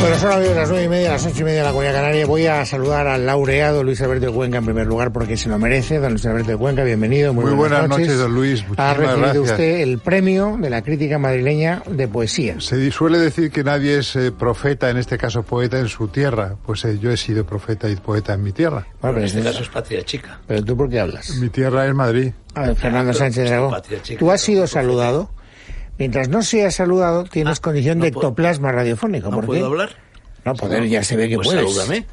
Bueno, son de las nueve y media, las ocho y media de la Comunidad Canaria. Voy a saludar al laureado Luis Alberto de Cuenca en primer lugar porque se lo merece. Don Luis Alberto de Cuenca, bienvenido. Muy, muy buenas, buenas noches. noches. don Luis. Muchísimas ha recibido gracias. usted el premio de la crítica madrileña de poesía. Se suele decir que nadie es eh, profeta, en este caso poeta, en su tierra. Pues eh, yo he sido profeta y poeta en mi tierra. Bueno, pero en este caso es patria chica. ¿Pero tú por qué hablas? Mi tierra es Madrid. A ver, Fernando Sánchez Dragó. Tú has sido saludado. Mientras no seas saludado, tienes Ah, condición de no puedo- ectoplasma radiofónico. ¿No ¿Por puedo qué? hablar? No, poder, ya se ve que Pues puedes. salúdame.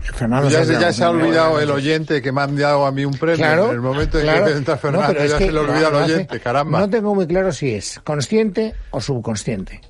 Fernando Ya, Sánchez se- ya Dragó. se ha olvidado el oyente que me han dado a mí un premio. Claro. en el momento en claro. que presenta No, Fernando pero es ya que se le olvida al lo hace- oyente, caramba. No tengo muy claro si es consciente o subconsciente.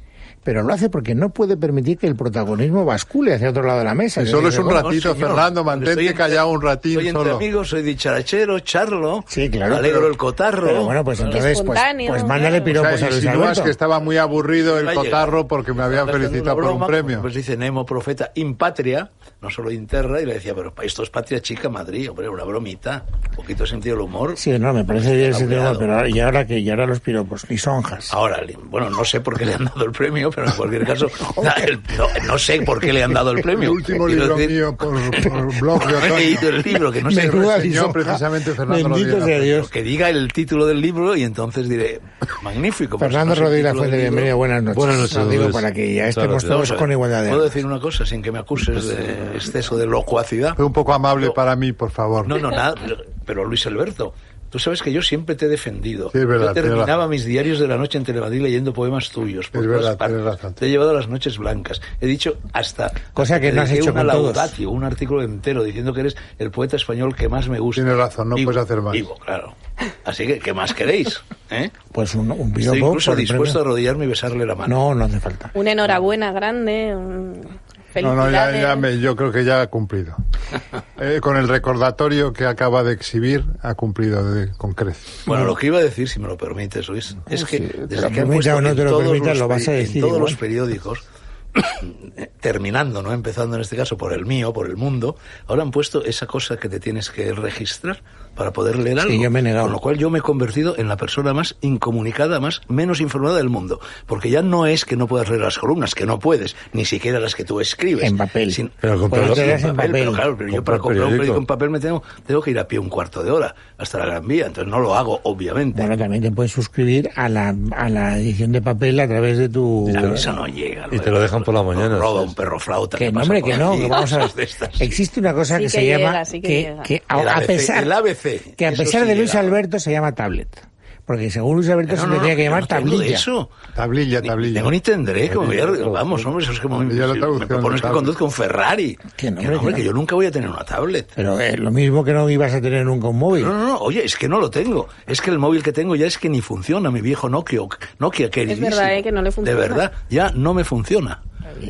Pero lo hace porque no puede permitir que el protagonismo bascule hacia otro lado de la mesa. Y Es solo decir, es un bueno, ratito, Fernando, mantente Estoy callado un ratín Soy entre solo. amigos, soy dicharachero, charlo. Sí, claro. Alegro pero- el cotarro. Pero bueno, pues entonces, pues, Espontáneo, pues mándale O claro. sea, piropos a Luis insinúas Alberto. que estaba muy aburrido el Valle. cotarro porque me habían Estaba haciendo felicitado una por un broma, premio. Pues dice Nemo, profeta, in patria, no solo in terra, y le decía, pero esto es patria chica, Madrid, hombre, una bromita, un poquito de sentido del humor. Sí, no, me parece bien ese tema, Aburrido. pero ahora- y ahora que y ahora los piropos, lisonjas. Ahora, le- bueno, no sé por qué le han dado el premio, pero en cualquier caso, na- el- no, no sé por qué le han dado el premio. El último Quiero libro decir, mío por, por blog de no he leído otoño. el libro, que no sé pues, Menuda reseñó lisonja. precisamente Fernando Bendito Rodríguez sea Dios. que diga el título del libro y entonces diré, magnífico. pues, Fernando no sé el Rodríguez La título Fuente, del libro. bienvenido, buenas noches. Buenas noches, Lo digo Luis. para que ya estemos Muchas gracias. todos Vamos a ver, con igualdad de Pues, eh, ¿Puedo armas. decir una cosa sin que me acuses de exceso de locuacidad? Pues, Fue un poco amable para mí, por favor. No, no, nada. Pero Luis Alberto, tú sabes que yo siempre te he defendido. Sí, es verdad, yo tienes terminaba razón. mis diarios de la noche en Telemadrid leyendo poemas tuyos. por Es todas verdad, partes. tienes razón. Te he llevado a las noches blancas. He dicho hasta... Cosa que te no has dediqué hecho una con todos. laudatio, un artículo entero diciendo que eres el poeta español que más me gusta. Tienes razón, no Vivo, puedes hacer más. Vivo, claro. Así que, ¿qué más queréis? ¿Eh? Pues un, un piropo. Estoy incluso por el dispuesto a premio. arrodillarme y besarle la mano. No, no hace falta. Una enhorabuena grande, un... No, no, ya, felicidades. ya me- yo creo que ya ha cumplido. Eh, con el recordatorio que acaba de exhibir, ha cumplido de- con creces. Bueno, lo que iba a decir, si me lo permites, Luis, es que desde pero que han permita puesto o no en te lo todos permita, los lo vas a peri- en decir todos igual. los periódicos, terminando, no empezando en este caso por el mío, por el mundo, ahora han puesto esa cosa que te tienes que registrar para poder leer algo. yo me he negado. Con lo cual yo me he convertido en la persona más incomunicada, más menos informada del mundo, porque ya no es que no puedas leer las columnas, que no puedes, ni siquiera las que tú escribes. En papel. Sin- Pero con Bueno, papel. sí, en En papel, papel. pero claro, pero yo Comprar para comprar un periódico. periódico en papel me tengo, tengo que ir a pie un cuarto de hora hasta la Gran Vía, entonces no lo hago, obviamente. Bueno, también te puedes suscribir a la, a la edición de papel a través de tu... La misa no llega. Y te lo dejan por la mañana, Lo roba ¿sabes? un perro flauta. Que no, pasa hombre, por que no, allí, que vamos a cosas de estas. Existe una cosa Sí que que se llega, llama... sí que que, llega. que a, El a ABC, pesar, el ABC, Que a eso pesar sí de Luis llega. Alberto se llama tablet. Porque según Luis Alberto se tendría que yo llamar tengo de tablilla. Eso. Tablilla, Ni- tablilla. Tengo ni tendré, como ya- vamos, hombre, eso es como Ya la me, traducción, propones que tablet. conduzca un Ferrari. Que no, Que hombre, hombre, que que no. yo nunca voy a tener una tablet. Pero eh, lo mismo que no ibas a tener nunca un móvil. No, no, no, oye, es que no lo tengo. Es que el móvil que tengo ya es que ni funciona, mi viejo Nokia, Nokia queridísimo. verdad, eh, que no le funciona. De verdad, ya no me funciona.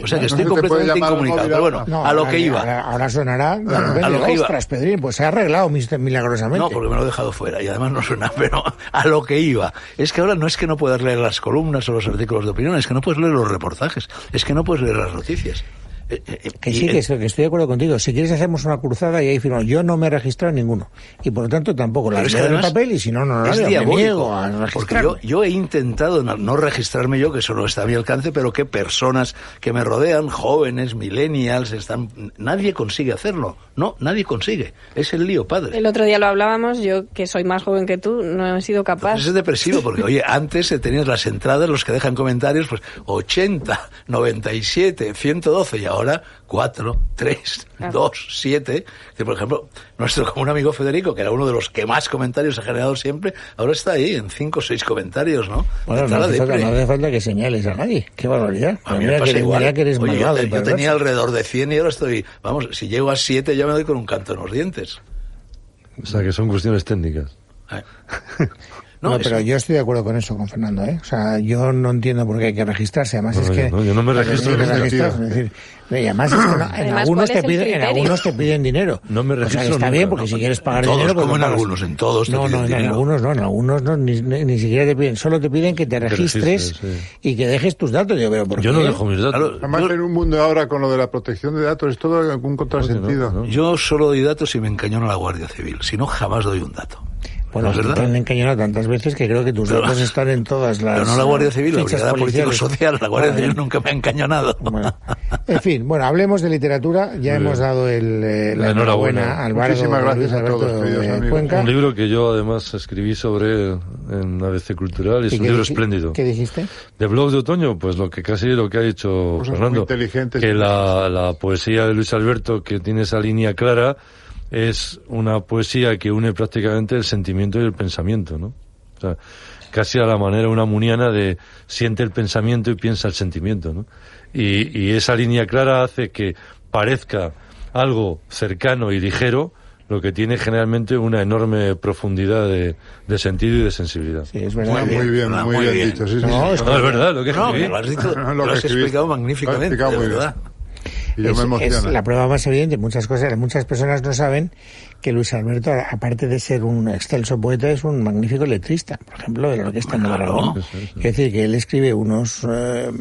O sea que No estoy se te puede llamar completamente al móvil incomunicado. Pero ahora. bueno, No, a lo ahora- que iba. Ah, Ahora, ahora sonará. de repente, lo que iba. Ostras, Pedrín, pues se ha arreglado mister- milagrosamente. No, porque me lo he dejado fuera y además no suena, pero a lo que iba. Es que ahora no es que no puedas leer las columnas o los artículos de opinión, es que no puedes leer los reportajes, es que no puedes leer las noticias. Eh, eh, eh, Que y, sí, que, eh, es- que estoy de acuerdo contigo. Si quieres hacemos una cruzada y ahí firmamos. Yo no me he registrado en ninguno. Y por lo tanto tampoco la pero es que leo en además papel y si no, no la es leo. Me diabólico, niego a porque registrarme. yo, yo he intentado no, no registrarme yo, que eso no está a mi alcance, pero que personas que me rodean, jóvenes, millennials, están, nadie consigue hacerlo. No, nadie consigue. Es el lío, padre. El otro día lo hablábamos, yo que soy más joven que tú, no he sido capaz. Entonces es depresivo porque, oye, antes eh, tenías las entradas, los que dejan comentarios, pues 80, 97, 112 y ahora 4, 3, Claro. 2, 7. Que, por ejemplo, nuestro común amigo Federico, que era uno de los que más comentarios ha generado siempre, ahora está ahí en 5 o 6 comentarios, ¿no? Bueno, no Entrada hace, de falta, pre. no hace falta que señales a nadie. Qué barbaridad. A mí me mira, que pasa eres, igual. mira que eres Oye, yo, malvado te- y yo perverso. tenía alrededor de 100 y ahora estoy, vamos, si llego a 7 ya me doy con un canto en los dientes. O sea, que son cuestiones técnicas. Eh. No, es- pero yo estoy de acuerdo con eso, con Fernando. ¿eh? O sea, yo no entiendo por qué hay que registrarse. Además No, Pues es yo que no, yo no me registro hay que en ese registrarse, sentido. es decir, y además es que no- en Además, algunos ¿cuál te es el piden, en criterio? algunos te piden dinero. No me O sea, que registro está nunca, bien porque no. si quieres pagar Todos, dinero, pues como lo en pagas. algunos, en todos te No, piden no, en dinero. algunos no, en algunos no, ni, ni- ni siquiera te piden, solo te piden que te registres, registres, y que dejes tus datos. Yo, pero ¿por Yo no qué? dejo mis datos. Claro, Además, Yo- en un mundo ahora con lo de la protección de datos, es todo algún contrasentido. no, no. Yo solo doy datos si me encañona la Guardia Civil, si no jamás doy un dato. Bueno, La es que verdad. te han encañonado tantas veces que creo que tus Pero- datos están en todas las. Pero no la Guardia Civil, la fichas Brigada policiales. Político-Social, la Guardia Ah, Civil bien. nunca me ha encañonado. Bueno. En fin, bueno, hablemos de literatura. Ya hemos dado el, eh, la La enhorabuena. enhorabuena al bardo Muchísimas gracias Luis a Alberto todos, queridos de amigos. Cuenca. Un libro que yo además escribí sobre él en ABC Cultural y es ¿Y un qué libro dij- espléndido. ¿Qué dijiste? De blog de otoño, pues lo que casi lo que ha hecho Cosas Pues muy Fernando, inteligentes. que la, la poesía de Luis Alberto, que tiene esa línea clara, es una poesía que une prácticamente el sentimiento y el pensamiento, ¿no? O sea, casi a la manera una muniana de siente el pensamiento y piensa el sentimiento, ¿no? Y, y esa línea clara hace que parezca algo cercano y ligero, lo que tiene generalmente una enorme profundidad de, de sentido y de sensibilidad. Sí, es verdad. Muy bien, Ah, muy muy bien, bien. dicho. Sí, sí, No, sí. es No, es verdad, lo que No, escribí. que lo has dicho, Lo lo que has escribiste. explicado Lo has magníficamente, explicado de muy bien. verdad. Y yo es, me es emociono. la prueba más evidente. Muchas cosas, muchas personas no saben que Luis Alberto, a- aparte de ser un excelso poeta, es un magnífico letrista. Por ejemplo, de la orquesta de Claro. Aragón. Es decir, que él escribe unos eh,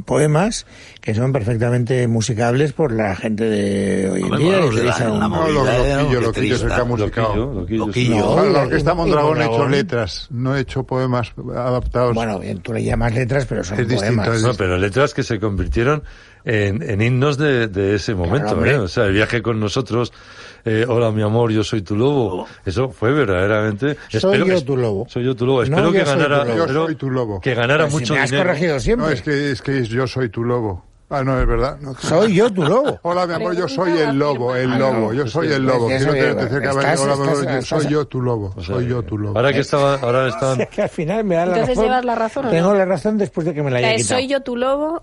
poemas que son perfectamente musicables por la gente de hoy en Hombre, día. que bueno, los de la- utiliza en la un- No, lo- Movilidad era loquillo, un loquillo se letrista. que ha musicado. Loquillo, loquillo, Loquillo. No, Claro, la y- orquesta y Mondragón ha hecho Mondragón. letras, no he hecho poemas adaptados. Bueno, bien, tú le llamas letras, pero son Es distinto, poemas. es No, pero letras que se convirtieron en, en himnos de, de ese momento. hombre. ¿eh? O sea, el viaje con nosotros, eh, hola mi amor, yo soy tu lobo. Eso fue verdaderamente. Soy yo que- tu lobo. Soy yo tu lobo. No, Espero yo que soy ganara. tu lobo. espero Yo soy tu lobo. Que ganara Pues si mucho me has dinero. corregido siempre. no, es que, es que yo soy tu lobo. Ah, no, es verdad. No, Soy yo tu lobo. Hola, mi amor, yo soy Pregunta el lobo, el Ah, lobo, no, yo pues soy sí, el lobo. pues Quiero eso tenerte ya- cerca, ven, estás- hola, mi amor, estás- yo soy estás- yo tu lobo, O sea, soy yo tu lobo. Ahora que estaba, ahora estaban. O sea, que al final me da la Entonces razón. llevas la razón, ¿o no? Tengo la razón después de que me la O sea, haya es quitado. soy yo tu lobo.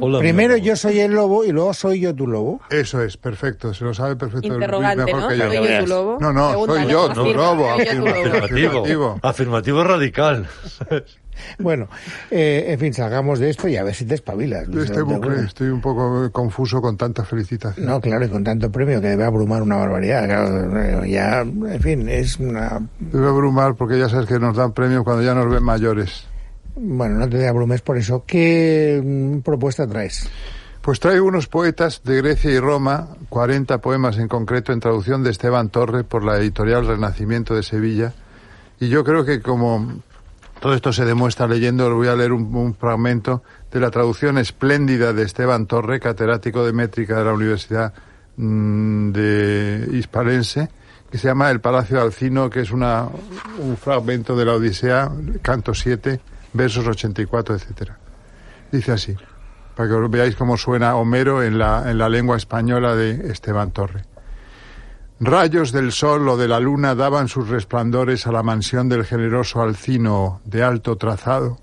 "Hola, mi Primero amor". yo soy el lobo y luego soy yo tu lobo. Eso es, perfecto, se lo sabe perfecto Luis Interrogante, mejor ¿no? que yo. Soy yo tu lobo. No, no, Pregúntale, soy yo tu afirma, lobo, soy yo tu afirma. lobo. Afirmativo. Afirmativo. Afirmativo radical. Bueno, eh, en fin, salgamos de esto y a ver si te espabilas. Yo Luis Estoy, Alberto este bucle- Gómez. estoy un poco eh, confuso con tanta felicitación. No, claro, y con tanto premio que debe abrumar una barbaridad. claro, ya, en fin, es una... Debe abrumar porque ya sabes que nos dan premios cuando ya nos ven mayores. Bueno, no te abrumes por eso. ¿Qué mm, propuesta traes? Pues traigo unos poetas de Grecia y Roma, 40 poemas en concreto en traducción de Esteban Torre por la editorial Renacimiento de Sevilla. Y yo creo que como todo esto se demuestra leyendo, os voy a leer un, un fragmento de la traducción espléndida de Esteban Torre, catedrático de métrica de la Universidad mm, de Hispalense, que se llama El Palacio de Alcino, que es una, un fragmento de la Odisea, canto 7, versos 84, etcétera. Dice así, para que os veáis cómo suena Homero en la, en la lengua española de Esteban Torre. Rayos del sol o de la luna daban sus resplandores a la mansión del generoso Alcino de alto trazado.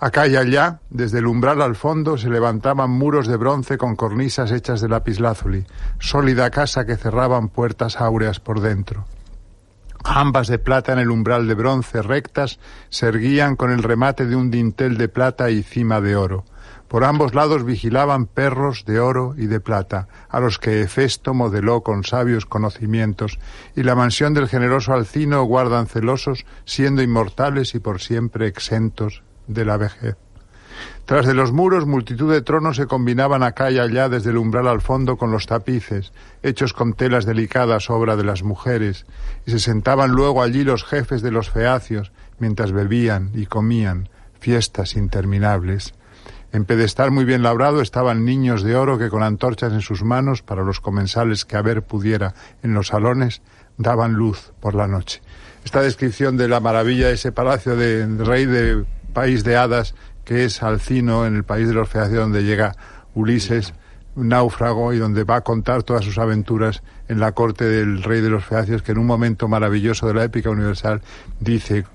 Acá y allá, desde el umbral al fondo, se levantaban muros de bronce con cornisas hechas de lapislázuli, sólida casa que cerraban puertas áureas por dentro. Ambas de plata en el umbral de bronce, rectas, se erguían con el remate de un dintel de plata y cima de oro. Por ambos lados vigilaban perros de oro y de plata, a los que Hefesto modeló con sabios conocimientos, y la mansión del generoso Alcino guardan celosos, siendo inmortales y por siempre exentos de la vejez. Tras de los muros, multitud de tronos se combinaban acá y allá, desde el umbral al fondo, con los tapices, hechos con telas delicadas, obra de las mujeres, y se sentaban luego allí los jefes de los feacios, mientras bebían y comían, fiestas interminables. En pedestal muy bien labrado estaban niños de oro que con antorchas en sus manos, para los comensales que haber pudiera en los salones, daban luz por la noche. Esta descripción de la maravilla de ese palacio de rey de país de hadas, que es Alcino, en el país de los feacios, donde llega Ulises, un náufrago, y donde va a contar todas sus aventuras en la corte del rey de los feacios, que en un momento maravilloso de la épica universal dice, eh,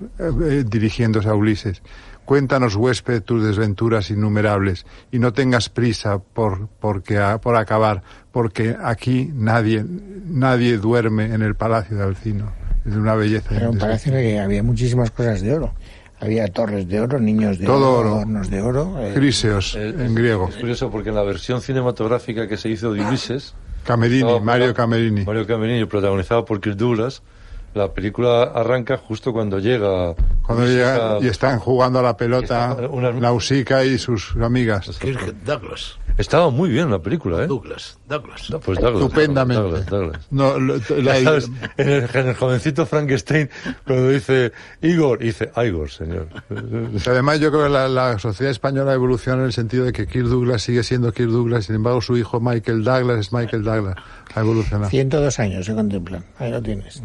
eh, dirigiéndose a Ulises, Cuéntanos, huésped, tus desventuras innumerables y no tengas prisa por, porque a- por acabar, porque aquí nadie, nadie duerme en el palacio de Alcino. Es de una belleza. Era un indescriptible. palacio en el que había muchísimas cosas de oro. Había torres de oro, niños de Todo oro, oro. adornos de oro. eh, Griseos, Eh, en griego. Es curioso porque en la versión cinematográfica que se hizo de Ulises, Camerini, Estaba Mario prota- Camerini. Mario Camerini, protagonizado por Kirk Douglas. La película arranca justo cuando llega. Cuando Luis llegan a- y están jugando a la pelota Están- unas- Nausica y sus amigas. Kirk Douglas. Estaba muy bien la película, ¿eh? Douglas. Douglas. No, Pues Douglas, Estupendamente. Douglas, Douglas. No, lo- la- Ya sabes, en, el, en el jovencito Frankenstein, cuando dice Igor, dice Igor, señor. Además, yo creo que la, la sociedad española evoluciona en el sentido de que Kirk Douglas sigue siendo Kirk Douglas, sin embargo, su hijo Michael Douglas es Michael Douglas. Ha evolucionado. 102 años se contemplan. Ahí lo tienes.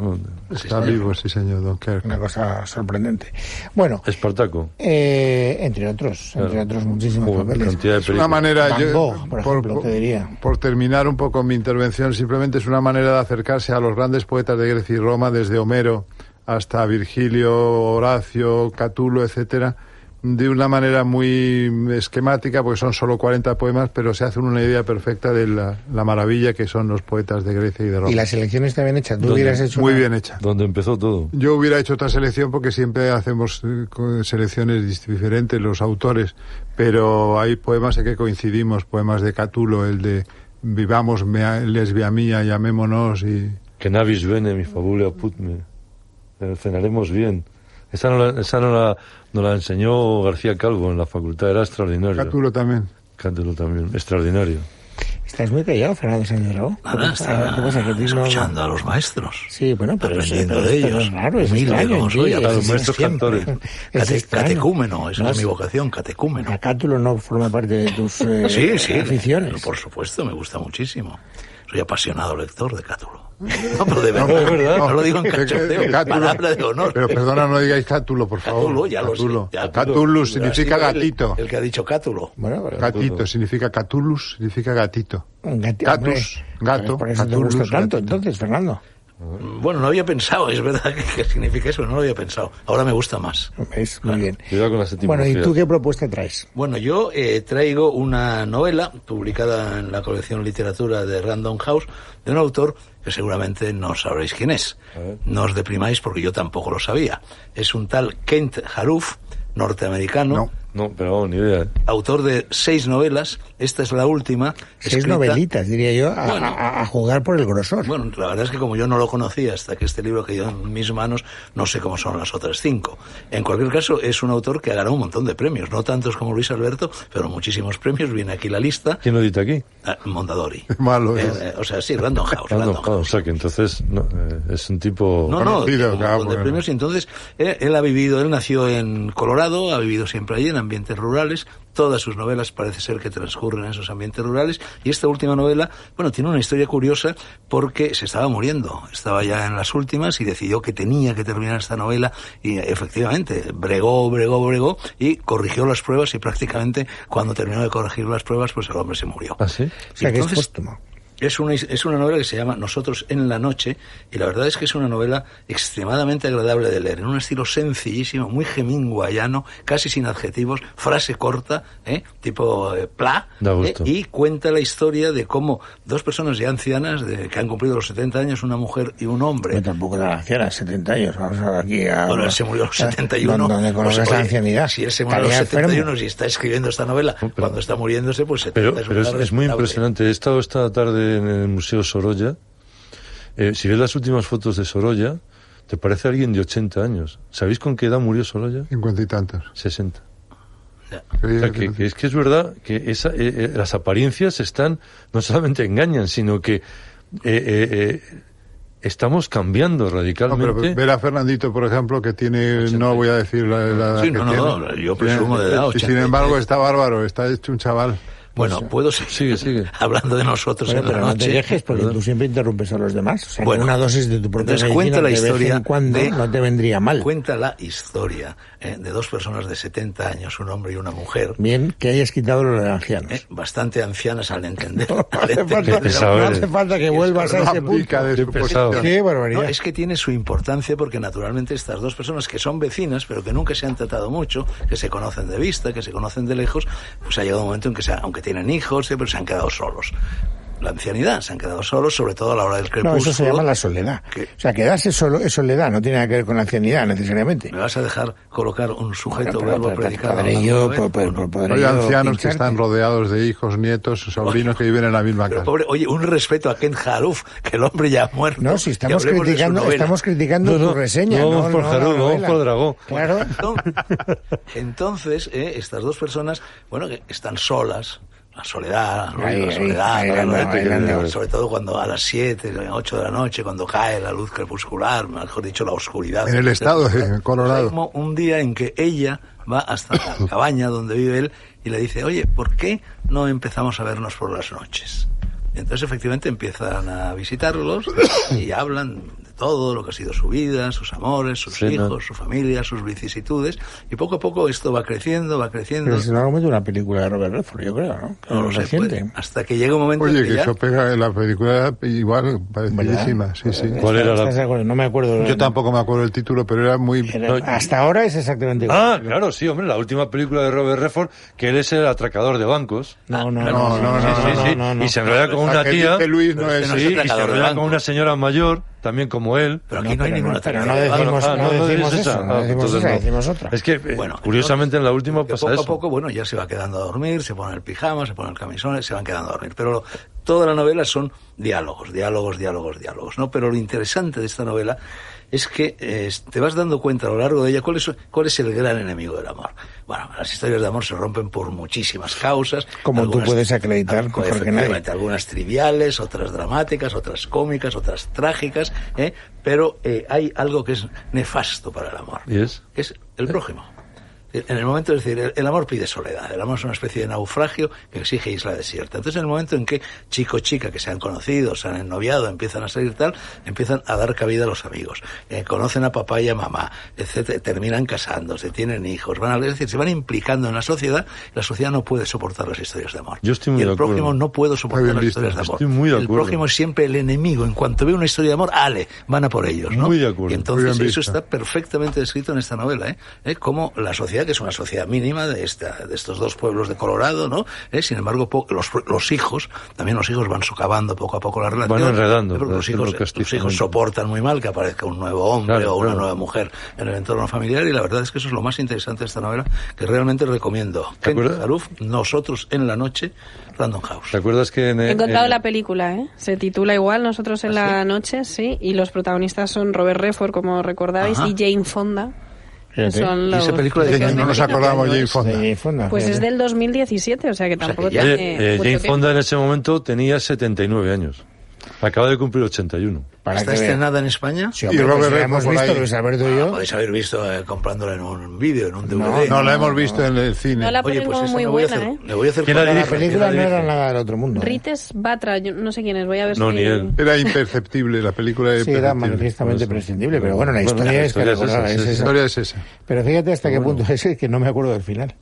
Está vivo, sí, señor Don Kirk. Una cosa sorprendente. Bueno, Espartaco. eh, entre otros, entre otros muchísimos Joder, papeles. cantidad de Es una películas. manera, Van yo- eh, Gogh, por ejemplo, te diría. por terminar un poco mi intervención, simplemente es una manera de acercarse a los grandes poetas de Grecia y Roma, desde Homero hasta Virgilio, Horacio, Catulo, etcétera, de una manera muy esquemática, porque son solo 40 poemas, pero se hace una idea perfecta de la, la maravilla que son los poetas de Grecia y de Roma. Y la selección está bien hecha. Tú ¿Dónde? hubieras hecho Muy una- bien hecha. Donde empezó todo. Yo hubiera hecho otra selección porque siempre hacemos eh, co- selecciones dis- diferentes los autores, pero hay poemas en que coincidimos, poemas de Catulo, el de Vivamos, mea- lesbia mía, llamémonos y... Que navis vene, mi fabulea putme. Eh, Cenaremos bien. Esa, no la, esa no la, nos la enseñó García Calvo en la facultad, era extraordinario. Catulo también. Cántelo también, extraordinario. Estás muy callado, Fernando Sánchez Dragó. Nada, está ¿Qué pasa? ¿Que tú no- Ah, escuchando a los maestros. Sí, bueno, pero eso- aprendiendo pero de esto ellos. es raro, es Humilde extraño, como sí, soy, a es los veces maestros siempre. cantores. Es Cate- extraño. catecúmeno, esa No es mi es- vocación, catecúmeno. La cátulo no forma parte de tus eh, Sí, sí. aficiones. Por supuesto, me gusta muchísimo. Soy apasionado lector de Cátulo. No, pero de No, verdad. es verdad. No lo digo en Que- que- que cachondeo, Cátulo- palabra de honor. Pero perdona, no digáis Cátulo, por favor. Cátulo, ya lo sé, Cátulo. ya. Catulus significa Ha sido gatito. El, el que ha dicho Cátulo. Bueno, pero- Gatito, significa Catulus, significa gatito. un gati- Gatus, hombre, gato, Por eso te Catulus, gusta tanto, gatito. entonces, Fernando. Bueno, no había pensado, es verdad que, que significa eso, no lo había pensado. Ahora me gusta más. Es muy bien. Cuidado con las Bueno, ¿y etimologías. tú qué propuesta traes? Bueno, yo eh, traigo una novela publicada en la colección Literatura de Random House de un autor que seguramente no sabréis quién es. A ver. No os deprimáis porque yo tampoco lo sabía. Es un tal Kent Haruf, norteamericano, No. No, pero vamos, ni idea. ¿eh? autor de seis novelas. Esta es la última. Seis escrita- novelitas, diría yo, a, Bueno. a- a jugar por el grosor. Bueno, la verdad es que como yo no lo conocía hasta que este libro quedó en mis manos, no sé cómo son las otras cinco. En cualquier caso, es un autor que ha ganado un montón de premios, no tantos como Luis Alberto, pero muchísimos premios. Viene aquí la lista. ¿Quién lo edita aquí? Ah, Mondadori. Malo Eh, es. eh, o sea, sí, Random House. Ah, no, Random ah, House. o sea que entonces no, eh, es un tipo... No, no, Conocido, tiene un claro, montón de porque- premios. Y entonces, eh, él ha vivido, él nació en Colorado, ha vivido siempre allí, en ambientes rurales. Todas sus novelas parece ser que transcurren en esos ambientes rurales. Y esta última novela, bueno, tiene una historia curiosa porque se estaba muriendo. Estaba ya en las últimas y decidió que tenía que terminar esta novela. Y eh, efectivamente, bregó, bregó, bregó y corrigió las pruebas. Y prácticamente, cuando terminó de corregir las pruebas, pues el hombre se murió. ¿Ah, sí? o sea, que entonces- eh, es póstumo. Es una, es una novela que se llama Nosotros en la noche y la verdad es que es una novela extremadamente agradable de leer, en un estilo sencillísimo, muy hemingwayano, casi sin adjetivos, frase corta, ¿eh? tipo eh, pla, Da ¿eh? gusto. y cuenta la historia de cómo dos personas ya ancianas, de- que han cumplido los 70 años, una mujer y un hombre, Bueno, tampoco era anciana, 70 años. Vamos a aquí a. bueno, él se murió a los eh, 71. Donde, donde O sea, colocas la Pues, oye, ancianidad. Si él se murió a los Estaría 71 enfermo. y está escribiendo esta novela, pero- cuando está muriéndose, pues 70 Pero, es, pero una es, edad es muy respetable. impresionante. He estado esta tarde en el Museo Sorolla. Eh, si ves las últimas fotos de Sorolla, te parece alguien de 80 años. ¿Sabéis con qué edad murió Sorolla? Cincuenta y tantos. 60. Ya. O sea, que, que es que es verdad que esa, eh, eh, las apariencias están, no solamente engañan, sino que eh, eh, eh, estamos cambiando No, radicalmente. pero ver a Fernandito, por ejemplo, que tiene, no voy a decir la, la edad Sí, que no, no, tiene. no, yo presumo de edad, Y 80 sin embargo está bárbaro, está hecho un chaval. Bueno, Pues, puedo seguir Sigue, sigue. hablando de nosotros Bueno, en la pero no te noche. dejes porque Perdón. tú siempre interrumpes a los demás. O sea, Bueno, una dosis de tu propia entonces medicina cuenta la de vez historia en cuando de- no te vendría mal. Cuenta la historia eh, de dos personas de 70 años, un hombre y una mujer, Bien que hayas quitado lo de ancianos. eh, bastante ancianas al entender. No al hace, entender Qué falta, pesado no eres. hace falta que vuelvas a La ese punto. pica de Qué su pesado. posición. Qué barbaridad. No, es que tiene su importancia porque naturalmente estas dos personas que son vecinas, pero que nunca se han tratado mucho, que se conocen de pues vista, que se conocen de lejos, pues ha llegado un momento en que, se ha- aunque tienen hijos, eh, pero se han quedado solos. la ancianidad, se han quedado solos, sobre todo a la hora del crepúsculo. No, eso se llama la soledad. ¿Qué? O sea, quedarse solo es soledad, no tiene nada que ver con la ancianidad necesariamente. ¿Me vas a dejar colocar un Bueno, sujeto pero- verbo pero- predicado? podré hablando yo, de verbo, po- po- ¿no? po- podré Hay yo ancianos que pincharte. están rodeados de hijos, nietos, sobrinos que viven en la misma Pero casa. pobre, oye, un respeto a Ken Haruf, que el hombre ya ha muerto. No, si estamos Y hablemos de su criticando, novela. estamos criticando No, no, tu reseña. no vamos por la Jarún, no vamos novela. por Dragó. Claro. Entonces, eh, estas dos personas, bueno, que están solas, la soledad, la, Ahí, la ahí, soledad, ahí, la ahí, noche, ahí, pues. ahí, ahí. sobre todo cuando a las 7, 8 de la noche, cuando cae la luz crepuscular, mejor dicho, la oscuridad. En el estado de Hay Colorado. como un día en que ella va hasta la cabaña donde vive él y le dice, oye, ¿por qué no empezamos a vernos por las noches? Y entonces efectivamente empiezan a visitarlos y hablan de todo lo que ha sido su vida, sus amores, sus Sí, ¿no? hijos, su familia, sus vicisitudes, y poco a poco esto va creciendo, va creciendo. Pero si no, momento una película de Robert Redford, yo creo, ¿no? no lo sé, reciente. pues, hasta que llega un momento Oye, en que que ya- eso pega en la película igual, parecidísima. Sí, sí. ¿Cuál era la- ¿Estás de acuerdo? No me acuerdo. Yo tampoco me acuerdo el título, pero era muy... Era- Hasta ahora es exactamente igual. Ah, claro, sí, hombre, la última película de Robert Redford, que él es el atracador de bancos. No, no, Ah, no, no, no, no, Sí, sí, no, sí. no, no. Y se enrolla con La una que tía. dice Luis no Sí, es- no es y se atracador de enrolla con banco. una señora mayor, también como él. Pero aquí no, hay pero ninguna no, pero atracador no de banco. decimos- Ah, no decimos es esa. eso, no Ah, decimos entonces esa, no. decimos otra. Es que, eh, Bueno, curiosamente, en la última que pasa poco eso. a poco, bueno, ya se va quedando a dormir, se pone el pijama, se pone el camisón, se van quedando a dormir. Pero lo- toda la novela son diálogos, diálogos, diálogos, diálogos, ¿no? Pero lo interesante de esta novela es que eh, te vas dando cuenta a lo largo de ella cuál es, cuál es el gran enemigo del amor. Bueno, las historias de amor se rompen por muchísimas causas. Como tú puedes acreditar mejor que efectivamente, nadie. algunas triviales, otras dramáticas, otras cómicas, otras trágicas, ¿eh? pero eh, hay algo que es nefasto para el amor ¿Y es? que es el prójimo. En el momento, es decir, el, el amor pide soledad, el amor es una especie de naufragio que exige isla desierta. Entonces, en el momento en que chico chica que se han conocido, se han ennoviado, empiezan a salir tal, empiezan a dar cabida a los amigos, Eh, conocen a papá y a mamá, etcétera, terminan casándose, tienen hijos, van a es decir, se van implicando en la sociedad, la sociedad no puede soportar las historias de amor. Yo estoy muy y el de acuerdo. prójimo no puede soportar bien las visto. historias de amor. Estoy muy de el acuerdo. prójimo es siempre el enemigo. En cuanto ve una historia de amor, ale, van a por ellos, ¿no? Muy de acuerdo. Y entonces Muy bien eso visto. está perfectamente descrito en esta novela, ¿eh? ¿Eh? Como la sociedad, que es una sociedad mínima de, esta, de estos dos pueblos de Colorado, ¿no? ¿Eh? Sin embargo, po- los, los hijos, también los hijos van socavando poco a poco la relación. enredando, ¿eh? Porque los haciendo hijos, los castizamente. hijos soportan muy mal que aparezca un nuevo hombre Claro, o una claro. nueva mujer en el entorno familiar y la verdad es que eso es lo más interesante de esta novela que realmente recomiendo. ¿Te Ken acuerdas? Haruf, Nosotros en la noche, Random House. ¿Te acuerdas que en. He encontrado en- la película, ¿eh? Se titula igual, Nosotros en la Noche, sí, y los protagonistas son Robert Redford, como recordabais, Ajá. y Jane Fonda. que Fíjate. son ¿Y esa los- película de los quién? que- No nos acordamos Jane Fonda. De Jane Fonda, Pues es fíjate. del 2017, o sea que sea, tampoco que ya- Oye, tiene eh, mucho Jane tiempo. Fonda en ese momento tenía 79 años. Acaba de cumplir 81. Para ¿Está que veas. estrenada en España? Sí, Y hombre, pues Robert ya Redford hemos por visto, ahí. Luis Alberto y Ah, yo. podéis haber visto eh, comprándola en un vídeo, en un DVD. No la hemos visto en el cine. No la- Oye, ponen pues como esa muy me voy a buena, hacer- ¿eh? me voy a hacer ¿Quién la con La dirige? película no dirige? era nada del otro mundo. ¿eh? Rites Batra, yo no sé quién es, voy a ver No, si... ni él. Era imperceptible, la película era Sí, era imperceptible. manifiestamente Por eso. prescindible, pero bueno, la historia es que recordaba, esa, es La sí, sí. esa. historia es esa. Pero fíjate hasta qué punto es que no me acuerdo del final.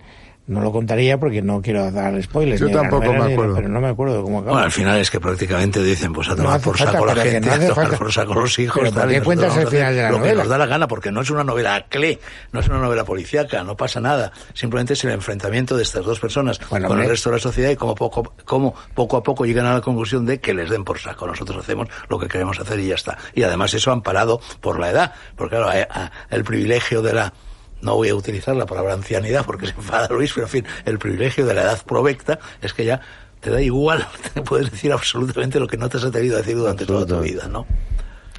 No lo contaría porque no quiero dar spoilers. Yo ni de la tampoco novela, me ni de- acuerdo. Pero no me acuerdo de cómo acaba. Bueno, al final es que prácticamente dicen, pues a No tomar hace por falta, saco la pero que gente, no hace a tomar falta. por saco los hijos. Pero ¿por tal, y qué nosotros cuentas vamos a el hacer final de la Lo que novela? nos da la gana, porque no es una novela clé, no es una novela policíaca, no pasa nada. Simplemente es el enfrentamiento de estas dos personas Bueno, con el hombre. resto de la sociedad y cómo poco, cómo poco a poco llegan a la conclusión de que les den por saco. Nosotros hacemos lo que queremos hacer y ya está. Y además eso amparado por la edad, porque claro, eh, ah, el privilegio de la... No voy a utilizar la palabra ancianidad porque se enfada Luis, pero en fin, el privilegio de la edad provecta es que ya te da igual, te puedes decir absolutamente lo que no te has atrevido a decir durante toda tu vida, Absolutamente. ¿no?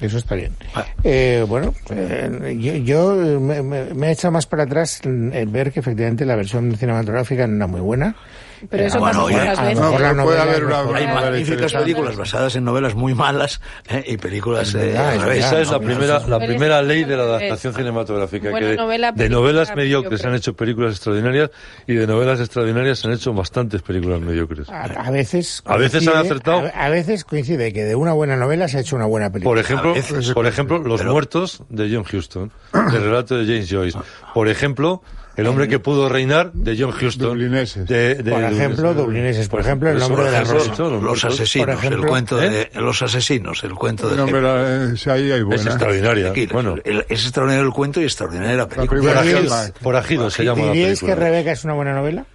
Eso está bien. Ah. Eh, bueno, eh, yo, yo, eh, me, me- me he echado más para atrás el ver que efectivamente la versión cinematográfica no era muy buena. Pero Eh, eso bueno, pasa oye, muchas a lo veces. No, mejor la pero puede novela haber es una- mejor. Hay Bueno, vale, magníficas pero- películas basadas en novelas muy malas ¿eh? y películas eh, Es verdad, al es revés. verdad. Esa es la no, Ah. primera, la es- primera ley de la es- adaptación cinematográfica. Buena que de, novela, de película, novelas mediocres mediocre. han hecho películas extraordinarias y de novelas extraordinarias han hecho bastantes películas mediocres. A, Ah. a veces. A veces han acertado. A, a veces coincide que de una buena novela se ha hecho una buena película. Por ejemplo, A veces- por ejemplo Los pero- muertos de John Huston, el relato de James Joyce. Por ejemplo, El hombre que pudo reinar de John Huston. Dublineses. De, de Por ejemplo, Dublineses. Por ejemplo, El eso, nombre por de la ejemplo, rosa. Los Los muertos. asesinos, por ejemplo, el cuento ¿eh? de los asesinos, el cuento de No, pero, eh, sí, ahí hay Es buena. extraordinaria. Aquí, Bueno, el- es extraordinario el cuento y extraordinaria la película. primera Forajidos, Forajidos. Forajidos se llama la ¿Diríais que película. Rebeca es una buena novela?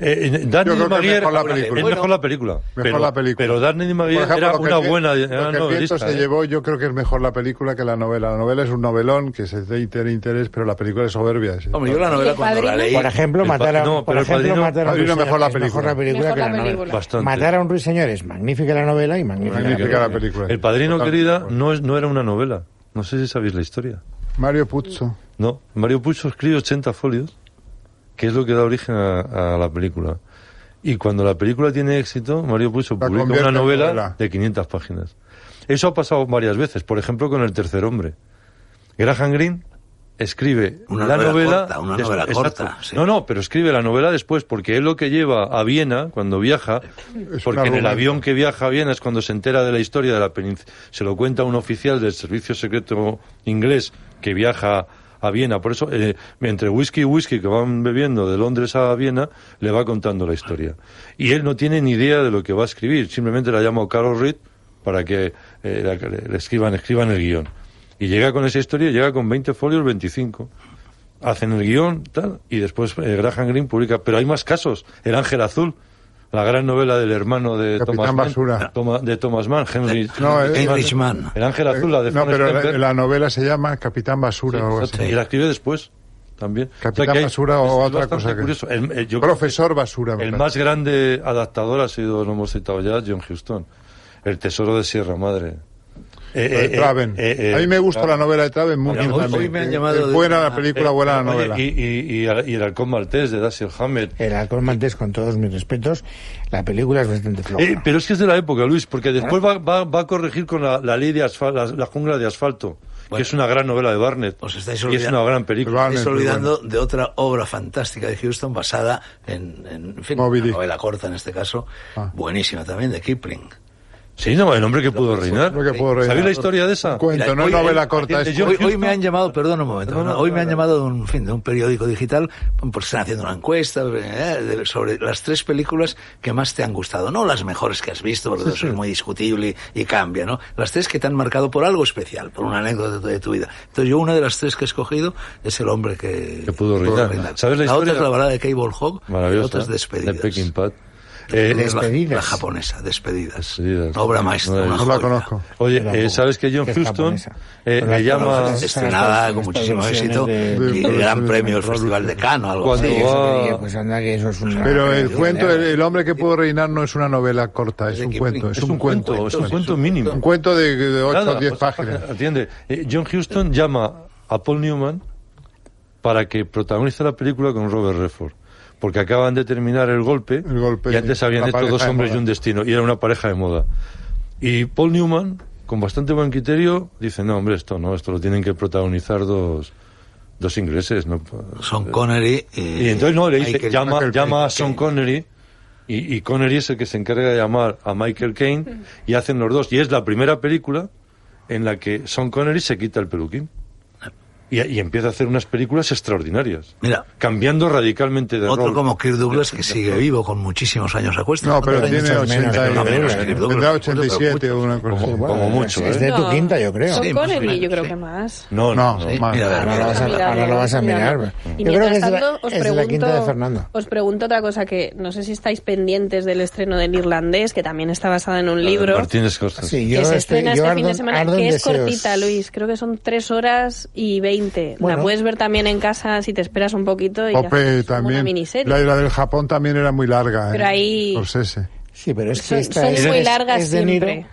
Eh, Darnell Yo creo que Maguire mejor la es película. mejor la película. Mejor pero, la película. Pero Darnell Maguire Por ejemplo, era lo que una Piet- buena lo era que Pietro novelista. se ¿eh? llevó, yo creo que es mejor la película que la novela. La novela es un novelón que se te inter- interés, pero la película es soberbia. sí. Hombre, yo la novela el cuando la padrino? leí... Por ejemplo, Eh, El matar a, pa- no, por pero el ejemplo, padrino- matar a un Padrino ruiseñor mejor la es película. mejor la película Mejor que la la novela. película. Bastante. Matar a un ruiseñor es magnífica la novela y magnífica, Magnífica la la película. película. El padrino, Total. querida, no, es, no era una novela. No sé si sabéis la historia. Mario Puzo. No, Mario Puzo escribe 80 folios, que es lo que da origen a, a la película. Y cuando la película tiene éxito, Mario Puzo La publica convierte una en novela, novela. de 500 páginas. Eso ha pasado varias veces, por ejemplo, con El Tercer Hombre. Graham Greene escribe Una la novela novela... corta, una des- novela exacto. corta, sí. No, no, pero escribe la novela después, porque él lo que lleva a Viena, cuando viaja, Es un porque en el argumento. avión que viaja a Viena es cuando se entera de la historia de la península. Se lo cuenta un oficial del servicio secreto inglés que viaja a Viena. Por eso, eh, entre whisky y whisky que van bebiendo de Londres a Viena, le va contando la historia. Y él no tiene ni idea de lo que va a escribir. Simplemente la llama Carol Reed para que eh, la- le escriban, escriban el guión. Y llega con esa historia, llega con 20 folios, 25 hacen el guión tal, y después eh, Graham Greene publica. Pero hay más casos. El Ángel Azul, la gran novela del hermano de Capitán Thomas Mann, Basura. Toma- de Thomas Mann, Henry. No, eh, Henry Heinrich Mann. El Ángel Azul, la de No, Franz pero la, Kemper. la novela se llama Capitán Basura Sí, o algo exacto, así. y la escribe después también. Capitán Basura o otra bastante cosa que- curioso. El- el- yo creo que- Profesor Basura. me el parece. más grande adaptador ha sido, lo hemos citado ya, John Houston. El tesoro de Sierra Madre. Eh, Lo de eh, eh, Traven. eh, eh, Pues a mí me gusta Traven. la novela de Traven mucho Oye, hoy- también. hoy me han Eh, llamado eh, de- buena la película, Eh, buena la oye, novela. Y, y- y al- y el halcón maltés de Dashiell Hammett. El alcohol maltés, con todos mis respetos, la película es bastante floja. Eh, pero es que es de la época, Luis, porque después va, va- va a corregir con la, la ley de asfal- la, la jungla de asfalto, que Bueno. es una gran novela de Barnett. Os estáis y es olvidando. una gran película. Barnett, Estáis muy olvidando de otra obra fantástica de Houston basada en, en, en fin, Moby una Dick. novela corta en este caso, Ah. buenísima también, de Kipling. Sí, no, el hombre que pudo reinar. Lo que puedo reinar. ¿Sabéis ah, la historia de esa? Cuento, Mira, no es hoy- novela hoy- corta. de es- John Hoy, hoy Houston. me han llamado, perdón un momento, Perdona, ¿no? hoy me han perdona. llamado de un, en fin, de un periódico digital por estar haciendo una encuesta eh, de- sobre las tres películas que más te han gustado, no las mejores que has visto, porque eso es muy discutible y cambia, ¿no? Las tres que te han marcado por algo especial, por una anécdota de tu vida. Entonces yo una de las tres que he escogido es el hombre que, Que pudo reinar. ¿Sabes la la otra historia? es la balada de Cable Hog, y la Maravillosa. otra es de Despedidas. Peckinpah. Eh, Es la- Despedidas. La, japonesa, Despedidas. Despedidas. Una obra maestra. No la he una No la joya. conozco. Oye, Tampoco. eh, ¿sabes que John Que es Houston japonesa. eh, Pero le las llama... novelas- estrenada con muchísimo Estas éxito versiones y de- gran premio del Festival de Cano, algo Cuando así. Sí, eso te va- diría, pues anda que eso es una- Pero Ah, el una- cuento, el, el hombre que pudo reinar no es una novela corta, es de un Kipling. cuento. Es un cuento. es un cuento mínimo. Un cuento de, de 8 o Nada, 10 pues, páginas. Atiende. Eh, John Houston llama a Paul Newman para que protagonice la película con Robert Redford. Porque acaban de terminar el golpe, El golpe, y antes sí. habían Una hecho pareja dos de hombres moda. y un destino y era una pareja de moda. Y Paul Newman, con bastante buen criterio, dice, no, hombre, esto no, esto lo tienen que protagonizar dos, dos ingleses. No, Son Connery y, y entonces no, le dice, Michael- llama, Michael llama a Caine. Sean Connery y, y Connery es el que se encarga de llamar a Michael Caine Mm. y hacen los dos. Y es la primera película en la que Sean Connery se quita el peluquín. Y, y empieza a hacer unas películas extraordinarias. Mira. Cambiando radicalmente de Otro rol. como Kirk Douglas que sigue vivo con muchísimos años a cuestas. No, pero pues, Mucho tiene menos, 80 no, y- menos, eh. tendrá 87 o una Como- cosa. así. Pues Bueno, como mucho, Es ¿eh? de tu No. quinta, yo creo. Son Sí, más o Connery, yo menos, creo sí. que más. No, no, No, no. sí. Mira, a ver, Ahora lo vas a, Mirad, ahora lo vas a mirad. mirar. Y Yo creo que mientras es, de la- tanto, os es de pregunto, la quinta de Fernando. Os pregunto otra cosa que no sé si estáis pendientes del estreno del irlandés, que también está basada en un libro. Martínez Costas. Sí, que yo se estoy- estrena yo este fin de ardo- semana, ardo en que es deseos. cortita, Luis. Creo que son 3 horas y 20. Bueno. la puedes ver también en casa si te esperas un poquito. Y ya Pope es como una también. miniserie. La isla del Japón también era muy larga. Pero eh, ahí- Scorsese. Sí, pero es que Son- esta son es, muy es- largas es de Niro, siempre.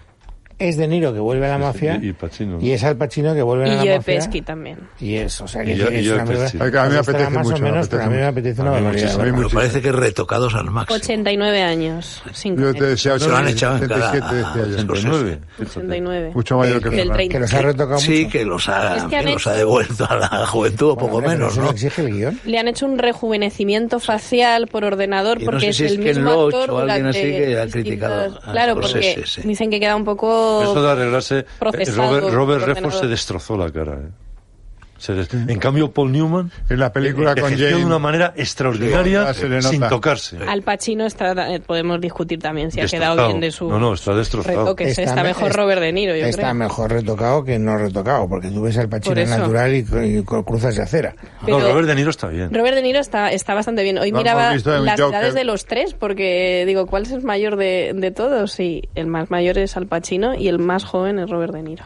es de Niro que vuelve a la Sí, sí, mafia y- y Pacino. y es Al Pacino que vuelve a la Y yo de mafia. Pesky también. Y es, o sea, que Y yo- es y yo de una película- Pesci. Ay, que a mí me pues estará apetece más mucho, o me menos, apetece pero a mí me mucho. apetece una A mí barbaridad. muchísimo. A mí Pero muchísimo. parece que retocados al máximo. 89 años. sin Yo te comer. decía Se lo han echado en cada- 87, decía yo. 89. 89. Mucho mayor que Del Ferrari. 30. Que los ha retocado Sí, mucho. que los ha, Es que han que los ha hecho- devuelto a la juventud, o Bueno, poco hombre, pero menos, eso ¿no? exige el guión. Le han hecho un rejuvenecimiento facial por ordenador Y no porque sé es si es el que en mismo lo actor ocho alguien durante así que ha distintas- criticado a Claro, porque Scorsese, sí. dicen que queda un poco Eso de arreglarse. eh, procesado Robert, Robert por Redford se ordenador. destrozó la cara. ¿eh? Se des- En cambio, Paul Newman En la película eh, con ejerció Jane- de una manera extraordinaria Se le nota. sin tocarse. Al Pacino está, eh, podemos discutir también si ha Destrozado. quedado bien de su No, no, está destrozado. retoques. Está, me- mejor es- Robert De Niro, yo Está creo. mejor retocado que no retocado, porque tú ves al Pacino Por eso. natural y, y cruzas de acera. No, Pero- Robert De Niro está bien. Robert De Niro está, está bastante bien. Hoy Lo hemos miraba las visto en edades Joker. de los tres, porque digo, ¿cuál es el mayor de, de todos? Y el más mayor es Al Pacino y el más joven es Robert De Niro.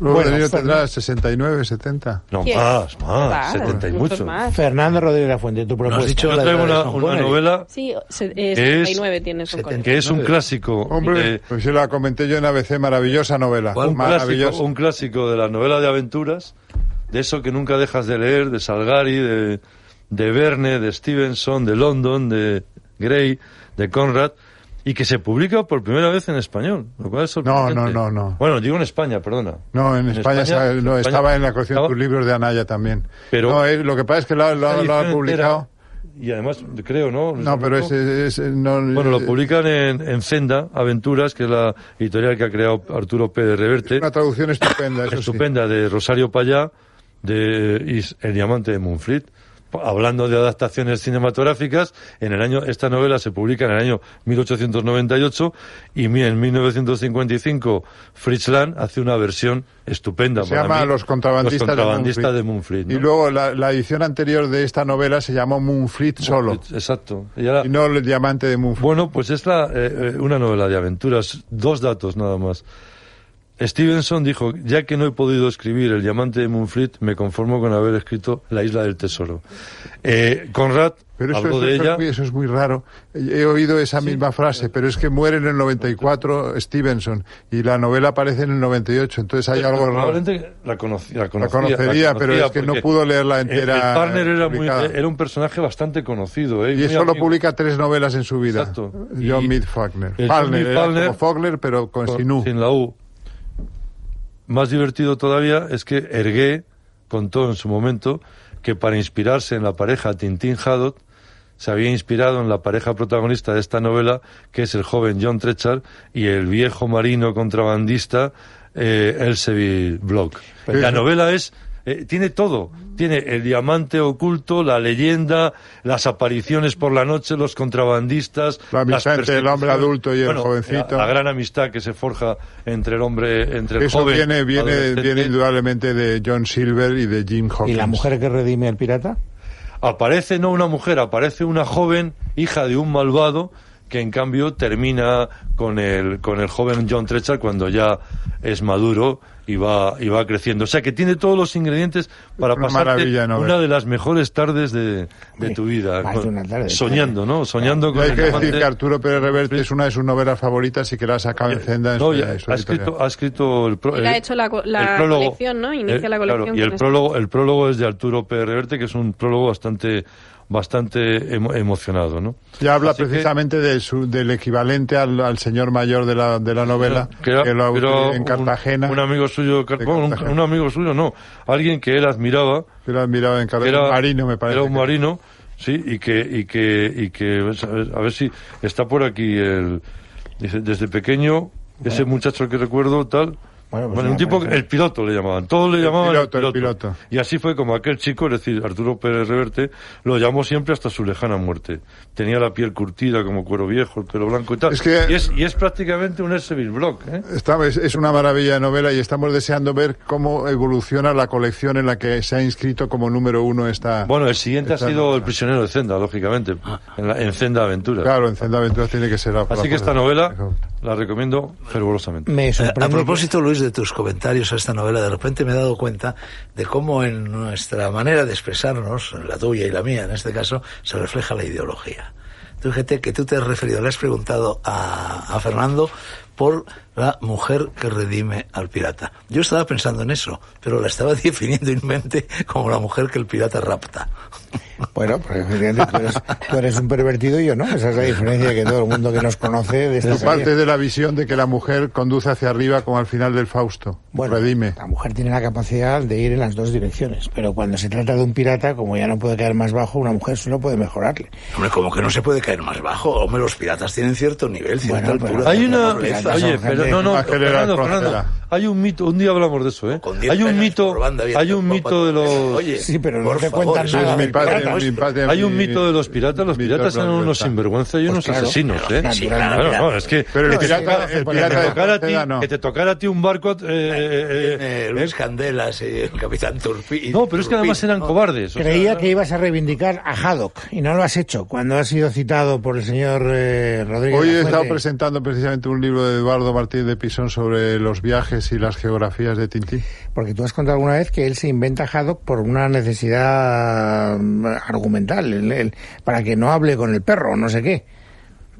Luego Bueno, De Niro Fer- tendrá 69, 70. No, ¿Quién? más, Claro, más, 70 y muchos mucho. más. Fernando Rodríguez de la Fuente, tu propuesta. dicho- Yo la traigo de una, Sean una Connery. novela Sí, se- eh, Es 79 tiene su 70. que es un Hombre. clásico. Hombre, eh, pues yo la comenté yo en ABC, maravillosa novela. un, Maravillosa. clásico, un clásico de la novela de aventuras, de eso que nunca dejas de leer, de Salgari, de, de Verne, de Stevenson, de London, de Gray, de Conrad, y que se publica por primera vez en español, lo cual es sorprendente. No, no, no, no. Bueno, digo en España, perdona. No, en, En España, sa- España- no, en España- estaba en la colección estaba- tus libros de Anaya también. Pero- no, eh, lo que pasa es que lo, ha- lo ha- Esta lo ha edición publicado. entera, Y además, creo, ¿no? No, pero ese es, no, Pues Bueno, lo eh, publican en, en Zenda, Aventuras, que es la editorial que ha creado Arturo Pérez Reverte. Una traducción estupenda, eso sí. estupenda de Rosario Payá de Is- El diamante de Moonfleet. Hablando de adaptaciones cinematográficas, en el año esta novela se publica en el año 1898 y mi- en 1955 Fritz Lang hace una versión estupenda. Se para llama mí, Los contrabandistas, Los contrabandistas de de Moonfleet. Moonfleet. Y ¿no? luego la, la edición anterior de esta novela se llamó Moonfleet solo. Exacto. Y ahora- Y no el diamante de Moonfleet. Bueno, pues es la, eh, eh, una novela de aventuras. Dos datos nada más. Stevenson dijo, ya que no he podido escribir El diamante de Moonfleet, me conformo con haber escrito La isla del tesoro. Eh, Conrad Pero eso, habló eso- de eso ella. es muy, eso es muy raro. He he oído esa misma frase, pero es que muere en el 94 Stevenson y la novela aparece en el 98, entonces hay algo raro. Probablemente la, conocí- la La conocía. conocería, pero es que no porque pudo leerla entera, El, el partner era, muy- publicada. era un personaje bastante conocido. ¿eh? Y muy solo amigo. publica tres novelas en su vida. Exacto. John Y- Mead Faulkner. el John Faulkner, Mead era Faulkner- como Faulkner, pero con Con- sin U. la U. Más divertido todavía es que Hergé contó en su momento que para inspirarse en la pareja Tintín Hadot se había inspirado en la pareja protagonista de esta novela, que es el joven John Trechar y el viejo marino contrabandista eh, Elsevier Block. Pero- la novela es eh, tiene todo, tiene el diamante oculto, la leyenda, las apariciones por la noche, los contrabandistas, La amistad entre el hombre adulto y el Bueno, jovencito. La, la gran amistad que se forja entre el hombre, entre el Eso joven. viene, viene, adolescente. viene indudablemente de John Silver y de Jim ¿Y Hawkins. la mujer que redime al pirata? Aparece no una mujer, aparece una joven hija de un malvado que en cambio termina con el, con el joven John Trechar cuando ya es maduro y va, y va creciendo. O sea que tiene todos los ingredientes para Una pasarte maravilla de novela. una de las mejores tardes de, de tu vida. más de una tarde. Soñando, ¿no? Soñando Y con hay el que decir diamante. que Arturo Pérez Reverte es una de sus novelas favoritas y que la ha sacado en Zenda en Eh, No, su, ya, en su ha, editorial. escrito, ha escrito el pro- eh, Él ha el- hecho la co- la el prólogo. Eh, colección, ¿no? Inicia la colección y el con prólogo, el prólogo es de Arturo P. Reverte, que es un prólogo bastante bastante emo- emocionado, ¿no? Ya habla Así que- precisamente de su- del equivalente al, al señor mayor de la, de la novela, Ah, que, era- lo ha que era en un- Cartagena, Un, amigo suyo, Car- De bueno, un- Cartagena. un amigo suyo, no, alguien que él admiraba, que lo ha admirado en que Cartagena, era, un marino me parece. era un que- marino, sí, y que, y que, y que a, ver, a ver si está por aquí el, dice, desde pequeño, ese muchacho que recuerdo, tal, Bueno, bueno, pues un ya tipo, parece. el piloto le llamaban, todos le llamaban piloto, el piloto. Y así fue como aquel chico, es decir, Arturo Pérez Reverte, lo llamó siempre hasta su lejana muerte. Tenía la piel curtida como cuero viejo, el pelo blanco y tal. Es que- Ah. y, es, y es prácticamente un Seville Block, ¿eh? Esta es, es una maravilla de novela y estamos deseando ver cómo evoluciona la colección en la que se ha inscrito como número uno esta. Bueno, el siguiente ha esta sido El novela. prisionero de Zenda, lógicamente, en, la- en Zenda Aventura. Claro, en Zenda Aventuras tiene que ser. la- Así la- que esta novela la recomiendo fervorosamente. Me Eh, sorprende. A que- propósito, Luis, de tus comentarios a esta novela, de repente me he dado cuenta de cómo en nuestra manera de expresarnos, la tuya y la mía en este caso, se refleja la ideología. Tú fíjate que tú te has referido, le has preguntado a, a Fernando por la mujer que redime al pirata. Yo estaba pensando en eso, pero la estaba definiendo en mente como la mujer que el pirata rapta. Bueno, pues evidentemente tú eres, tú eres un pervertido y yo no. Esa es la diferencia que todo el mundo que nos conoce de esta Tú partes serie. de la visión de que la mujer conduce hacia arriba como al final del Fausto. Bueno, Ah, Redime. la mujer tiene la capacidad de ir en las dos direcciones, pero cuando se trata de un pirata, como ya no puede caer más bajo, una mujer solo puede mejorarle. Hombre, como que no se puede caer más bajo. Hombre, los piratas tienen cierto nivel, cierta Bueno, pero altura. Hay cierta una. nobleza. Oye, Son gente pero no, no. más general, Fernando, Fernando, Fernando. hay un mito, un día hablamos de eso, ¿eh? Con diez Hay un penas mito, por banda abierta, hay un papá, mito de los... Oye, Sí, pero no por te favor, cuentan eso es nada mi del ¿eh? padre, pirata, mi ¿no? padre. Hay un mito de los piratas. Los Mi piratas Carlos eran unos Berta. sinvergüenza y unos claro. asesinos, ¿eh? Claro, Sí, claro, claro, claro. no, es que... Pero el no, es pirata- que- el que pirata te de tocara a ti- Córcega no. Que te tocara a ti un barco... eh, eh, eh, Eh, Luis Candelas y el capitán Turpin. No, pero es que además eran cobardes. o sea, Creía que ibas a reivindicar a Haddock y no lo has hecho. Cuando has sido citado por el señor eh, Rodríguez. Hoy he Lafuente, estado presentando precisamente un libro de Eduardo Martínez de Pisón sobre los viajes y las geografías de Tintín. Porque tú has contado alguna vez que él se inventa Haddock por una necesidad mm, argumental, él- él- para que no hable con el perro, no sé qué.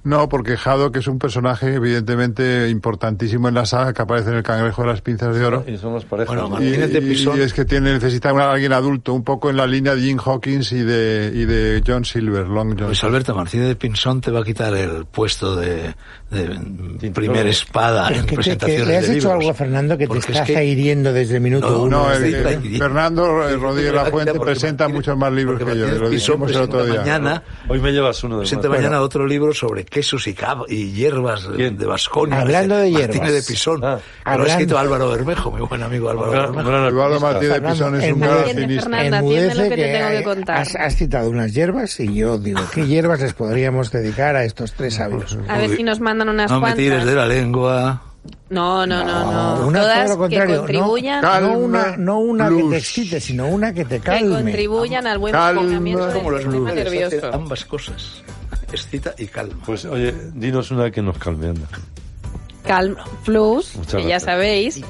No, porque Haddock es un personaje evidentemente importantísimo en la saga que aparece en el Cangrejo de las Pinzas de Oro. Y son las parejas. Bueno, ¿no? Y, Martínez de y- Pisón. y es que tiene necesita a alguien adulto, un poco en la línea de Jim Hawkins y de, y de John Silver, Long John. Luis Alberto Martínez de Pinzón te va a quitar el puesto de, de primera espada en Que te- que Ah, presentaciones le has de hecho libros. algo a Fernando que te Porque es estás que- hiriendo desde el minuto No, eh, uno. No, el- sí, el- tranquilo. Fernando eh, Rodríguez Porque Lafuente Martínez- presenta muchos más libros porque que yo, eh, Martínez lo Pisón dijimos el otro día. presenta pues Mañana, Hoy me llevas uno de presenta más. mañana otro libro sobre quesos y, cava- y hierbas Bien. de Vasconia. Hablando de Martínez de hierbas. Pisón. Ah. Que lo ha Hablando- escrito Álvaro Bermejo, mi buen amigo Álvaro Gran- Bermejo. gran Eduardo artista. Martínez de Pisón es un Fernando, gran enmudece- alpinista. Fernando, atiende enmudece lo que te tengo que eh, contar. Has, has citado unas hierbas y yo digo, ¿qué hierbas les podríamos dedicar a estos tres sabios? A ver si nos mandan unas No me cuantas. tires de la lengua. No, no, no, no. una Todas todo lo que contrario, contribuyan, Calma, No una, no una que luz. te excite, sino una que te que calme. contribuyan al buen Calma. Es funcionamiento del como los sistema lugares, nervioso. hace ambas cosas. Excita y calma. Pues oye, dinos una que nos calme, anda. Calm Plus, Muchas que ya gracias. sabéis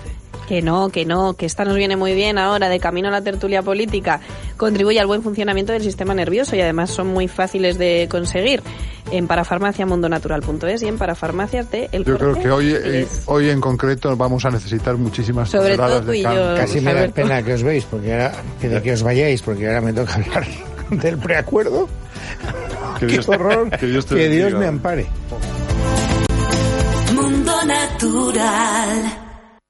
que no, que no, que esta nos viene muy bien ahora de camino a la tertulia política. Contribuye al buen funcionamiento del sistema nervioso y además son muy fáciles de conseguir en parafarmaciamundonatural.es y en parafarmacias de El Yo creo Corte que hoy, eh, Inglés. hoy en concreto vamos a necesitar muchísimas Sobre todo toneladas tú de y calma. yo. Casi me da Alberto. pena que os veis, porque ahora, que de que os vayáis, porque ahora me toca hablar del preacuerdo. ¡Qué Que Dios- horror! que Dios te que Dios bendiga. me ampare. Mundo Natural.